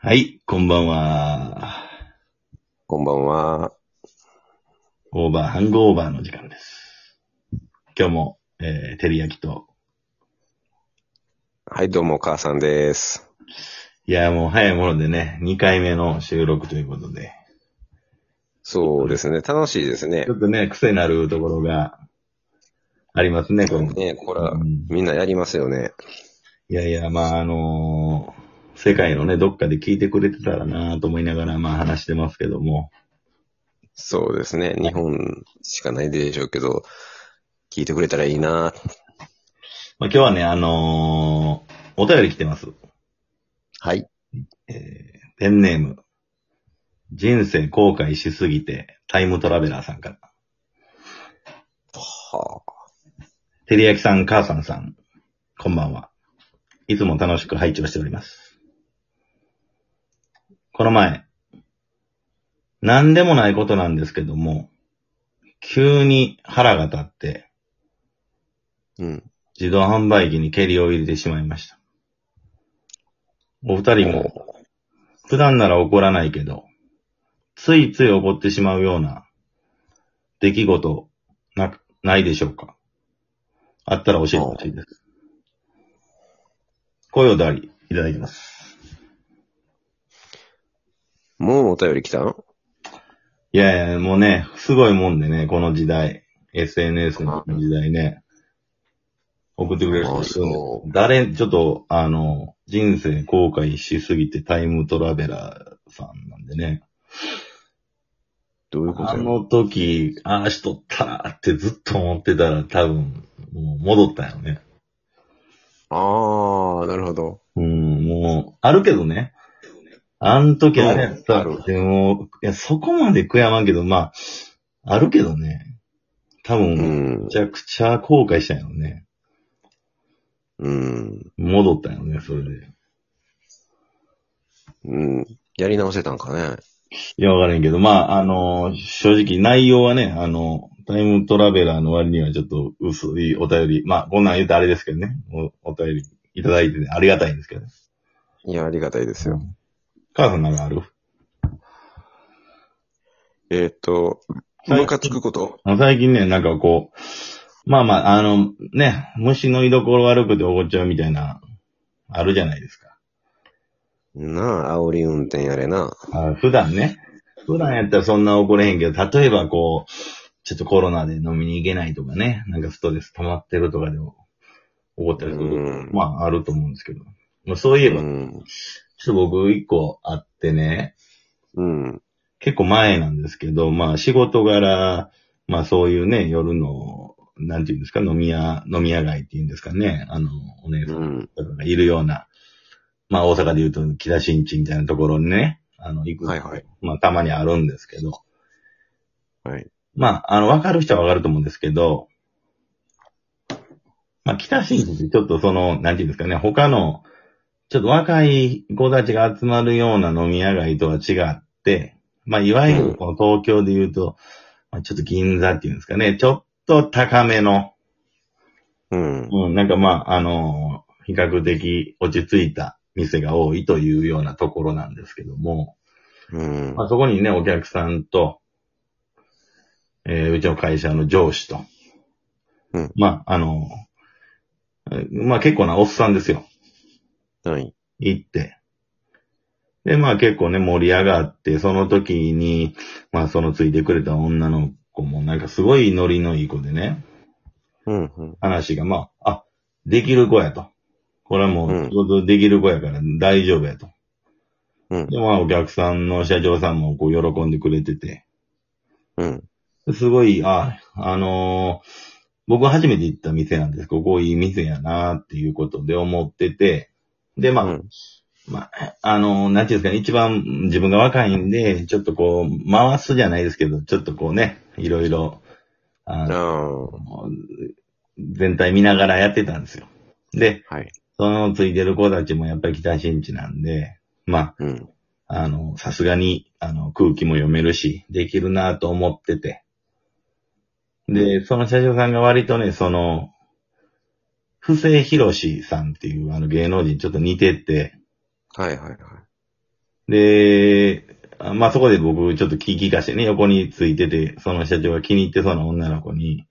はい、こんばんは。こんばんは。オーバー、ハングオーバーの時間です。今日も、えー、照り焼きと。はい、どうも、お母さんです。いやー、もう早いものでね、2回目の収録ということで。そうですね、楽しいですねちょ。っとね、癖なるところがありますね、この。ね、これうは、んみんなやりますよね。いやいや、まあ、あのー世界のね、どっかで聞いてくれてたらなーと思いながら、まあ話してますけども。そうですね、日本しかないでしょうけど、聞いてくれたらいいな。まあ今日はね、あのーお便り来てます。はい。えー、ペンネーム。人生後悔しすぎて、タイムトラベラーさんから。はあ、てりやきさん、母さんさん、こんばんは。いつも楽しく拝聴しております。この前、何でもないことなんですけども、急に腹が立ってうん。自動販売機に蹴りを入れてしまいました。お二人も普段なら怒らないけど、ついつい怒ってしまうような出来事なく、ないでしょうかあったら教えてほしいです。声をだり、いただきます。もうお便り来たんいやいや、もうね、すごいもんでね、この時代。SNS の時代ね。送ってくれるあ人そ誰、ちょっと、あの、人生後悔しすぎてタイムトラベラーさんなんでね。どういうことあやの時、ああしとったらってずっと思ってたら多分、もう戻ったよね。ああ、なるほど。うん、もう、あるけどね。あの時あれやったうんあるでも、いや、そこまで悔やまんけど、まあ、あるけどね。多う分、んめ。ちゃくちゃ後悔したよね。うん。戻ったよね、それで。うん。やり直せたんかね。いや、わからへんけど、まあ、あの、正直内容はね、あの、タイムトラベラーの割にはちょっと薄いお便り。まあ、こんなん言うとあれですけどね。おお便りいただいて、ね、ありがたいんですけどね。いや、ありがたいですよ。母さんなんかあるえーっと、はいムカつくことあの最近ね、なんかこう、まあまあ、あの、ね、虫の居所悪くて怒っちゃうみたいな、あるじゃないですか。なあ、煽り運転やれな。あ普段ね、普段やったらそんな怒れへんけど、例えばこう、ちょっとコロナで飲みに行けないとかね、なんかストレス溜まってるとかでも怒ったりすることうんまああると思うんですけど。まあそういえうば、ん。ちょっと僕一個あってね、うん。結構前なんですけど、まあ仕事柄、まあそういうね、夜の、なんていうんですか、飲み屋、飲み屋街っていうんですかね、あの、お姉うさんん。とかがいるような、まあ大阪で言うと、木田新地みたいなところにね、あの、行く、はいはい。まあたまにあるんですけど、はい。まあ、あの、わかる人はわかると思うんですけど、まあ北新地ってちょっとその、なんていうんですかね、他の、ちょっと若い子たちが集まるような飲み屋街とは違って、まあ、いわゆるこの東京で言うと、まあ、ちょっと銀座っていうんですかね、ちょっと高めの、うん。うん、なんかまあ、あの比較的落ち着いた店が多いというようなところなんですけども、うんまあ、そこにね、お客さんと、えーうちの会社の上司と、うんまあ、あのえーまあ結構なおっさんですよ。はい。行って。で、まあ結構ね、盛り上がって、その時に、まあそのついてくれた女の子もなんかすごいノリのいい子でね、うん、うん。話がまあ、あ、できる子やと。これはもううん仕事できる子やから大丈夫やと。うん。で、まあお客さんの社長さんもこう喜んでくれてて、うん。すごい、あ、あのー僕初めて行った店なんです。ここいい店やなっていうことで思ってて、で、まあ、うんまあ、あの、なんていうんですかね、一番自分が若いんで、ちょっとこう、回すじゃないですけど、ちょっとこうね、いろいろ、ああのあ、は全体見ながらやってたんですよ。で、い。そのついてる子たちもやっぱり北新地なんで、まうん。あ、あの、さすがに、あの、空気も読めるし、できるなと思ってて。で、その社長さんが割とね、その、布施博士さんっていうあの芸能人ちょっと似てて、はいはいはい。で、あまあ、そこで僕、ちょっと聞きかしてね、横についてて、その社長が気に入ってそうな女の子に、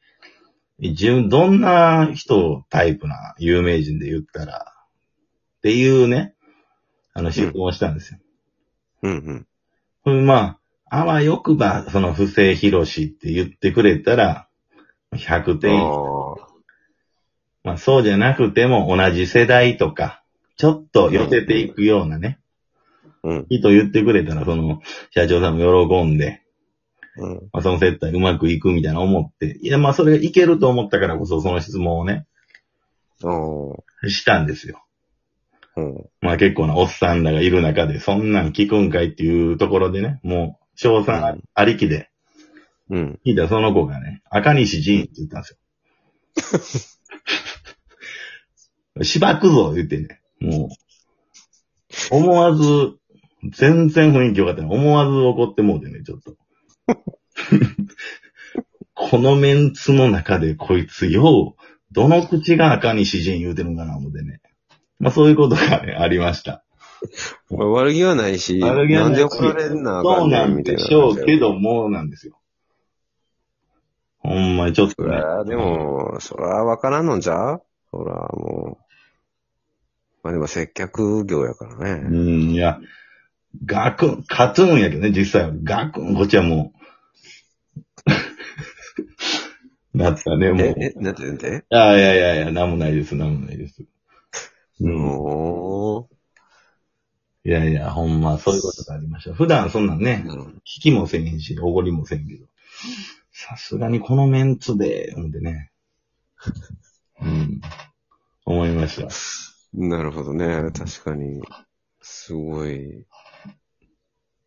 自分、どんな人、タイプな、有名人で言ったら、っていうね、あの、質問をしたんですよ。うんこれまあ、あわよくば、その、不正広しって言ってくれたら、100うん。点以上ああ。まあそうじゃなくても同じ世代とか、ちょっと寄せていくようなね、うん。人言ってくれたら、その、社長さんも喜んで、うん。まあ、その接待うまくいくみたいな思って、いやまあそれがいけると思ったからこそその質問をね、ああ。したんですよ。うん。まあ結構なおっさんらがいる中で、そんなん聞くんかいっていうところでね、もう、賞賛ありきで、うん。聞いたその子がね、赤西仁って言ったんです よ。しばくぞ言ってね、もう、思わず、全然雰囲気良かったね。思わず怒ってもうてね、ちょっ と。このメンツの中でこいつよう、どの口が赤西仁言うてるんかな思ってね。まあそういうことがね、ありました。まあ悪気はないし、悪気はなないんで怒られんなあかそうんねなんんみたいでな。しょうけ。ど、もうなんですよ。ほんまにちょっとそね。ら、でも、そら、わからんのんじゃそら、もう。まあでも、接客業やからうね。ん、いや、ガクン、カツンやけどね、実際は。ガクン、こっちはもう。 なったね、もう。え、え、なんて、なんてあいやいやいや、なんもないです、なんもないです。うん。おいやいや、ほんま、そういうことがありました。普段そんなんねー。、うん。聞きもせんし、おごりもせんけど。さすがにこのメンツで、うんでね。うん。思いました。なるほどね。確かに。すごい。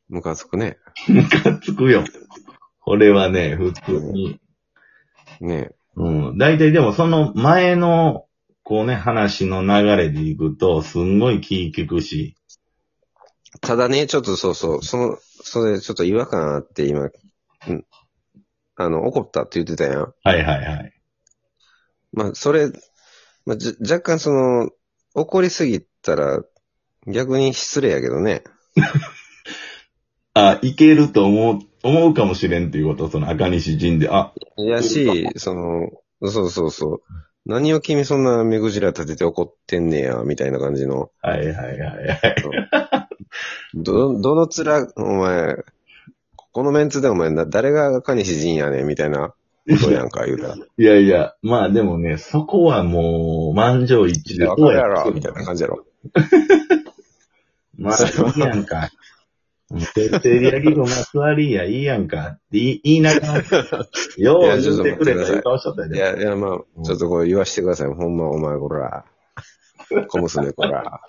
ムカつくね。ムカつくよ。これはね、普通に。ねうん。大体でもその前の、こうね、話の流れでいくと、すんごい気利くし。ただね、ちょっとそうそう、その、それちょっと違和感あって今、うん。あの、怒ったって言ってたやん。はいはいはい。まあ、それ、まあ、じ若干その、怒りすぎたら、逆に失礼やけどね。あ、いけると思う、思うかもしれんっていうこと、その赤西陣で。あ、やし、その、そうそうそう。何を君そんな目くじら立てて怒ってんねや、みたいな感じの。はいはいはいはい。ど、どの面、お前、このメンツでお前な、誰が赤西仁やねんみたいな、ことやんか、言うた ら。いやいや、まあでもね、そこはもう、満場一致で。わかるやろ、みたいな感じやろ。まあ、いいやんか。てってりやぎごまつわりや、いいやんか。って言い言いな がら、よう言ってくれたらいい顔しとったいじゃん。や、いや、まあ、ちょっとこう言わしてください。ほんま、お前、こら。小娘、こら。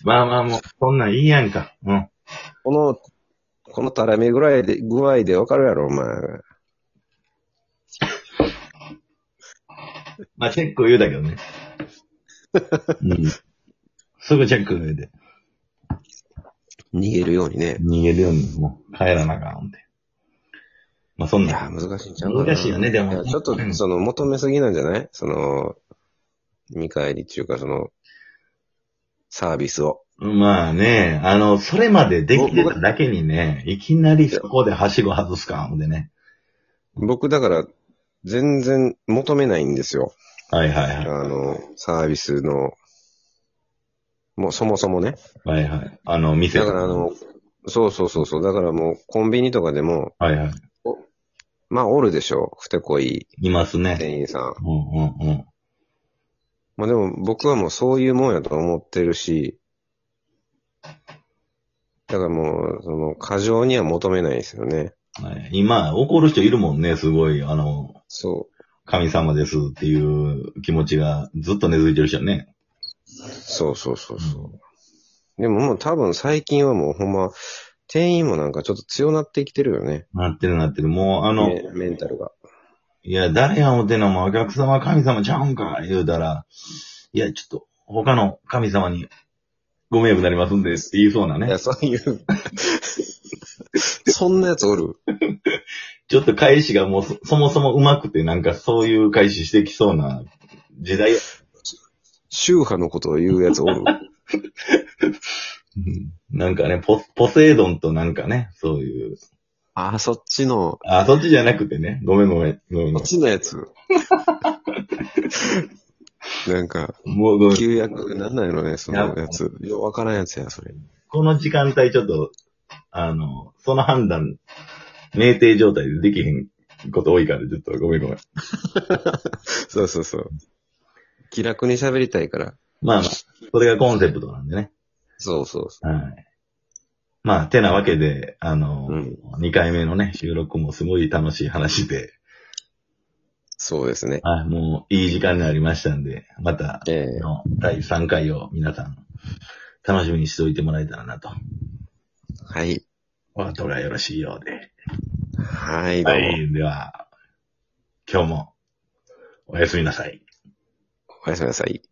まあまあもう、そんなんいいやんか。うん。この、この垂れ目ぐらいで、具合でわかるやろ、お前。まあ、チェックを言うだけどね。うん。すぐチェックが出て。逃げるようにね。逃げるように、もう、帰らなあかんって。まあ、そんいや、な。難しいんちゃうかな難しいよねでもいやちょっと、その、求めすぎなんじゃないその、見返りっていうか、その、サービスを。まあね、あの、それまでできてただけにね、いきなりそこではしご外すか、ほんでね。僕、だから、全然求めないんですよ。はいはいあはの、サービスの、もうそもそもね。い。はいはい。あの、店だとからあの、そうそうそうそう。だからもうコンビニとかでも、はいはい。まあおるでしょう。ふてこいいますね。店員さん。うんうんうん。まあでも僕はもうそういうもんやと思ってるし、だからもう、その、過剰には求めないですよね。はい今、怒る人いるもんね、すごい。あの、そ神様ですっていう気持ちがずっと根付いてる人ね。う。そうそうそうそう。でももう多分最近はもうほんま、店員もなんかちょっと強なってきてるよね。なってるなってる。もう、あの、メメンタルが。いや、誰や思てんのもお客様神様ちゃうんか言うたら、いや、ちょっと、他の神様にご迷惑になりますんでって言いそうないねや、。そういう。 そんなやつおる。ちょっと返しがもうそそもそも上手くて、なんかそういう返ししてきそうな時代。宗派のことを言うやつおる。うんなんかね、ポ、ポセイドンとなんかね、そういう。ああ、そっちの、あ、そっちじゃなくてね。ごめんごめん。ごめんこごっちのやつ。 なんか、めんもうごめん。旧約、なんなんやろね、そのやつ。ようわからんやつや、それ。この時間帯ちょっと、あの、その判断、酩酊状態でできへんこと多いから、ちょっとごめんごめん。そうそうそう。気楽に喋りたいから。まあまあ、それがコンセプトなんでね。そうそうそはい。まあ、てなわけで、あの、う。うん。 2回目のね、収録もすごい楽しい話で、そうですね。はい、もういい時間になりましたんで、また、ええの第3回を皆さん、楽しみにしておいてもらえたらなと。はい。お後がよろしいようで。はい、どうはも。い、では、今日も、おやすみなさい。おやすみなさい。